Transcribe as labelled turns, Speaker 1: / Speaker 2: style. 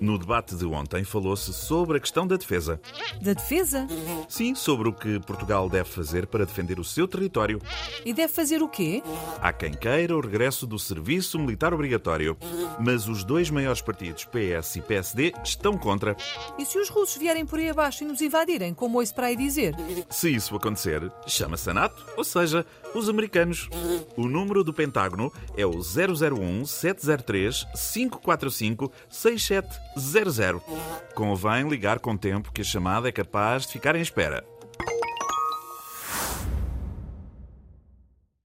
Speaker 1: No debate de ontem falou-se sobre a questão da defesa.
Speaker 2: Da defesa?
Speaker 1: Sim, sobre o que Portugal deve fazer para defender o seu território.
Speaker 2: E deve fazer o quê?
Speaker 1: Há quem queira o regresso do serviço militar obrigatório, mas os dois maiores partidos, PS e PSD, estão contra.
Speaker 2: E se os russos vierem por aí abaixo e nos invadirem, como ouço para aí dizer?
Speaker 1: Se isso acontecer, chama-se a NATO, ou seja, os americanos. O número do Pentágono é o 001 703 545 6700. Convém ligar com tempo que a chamada é capaz de ficar em espera.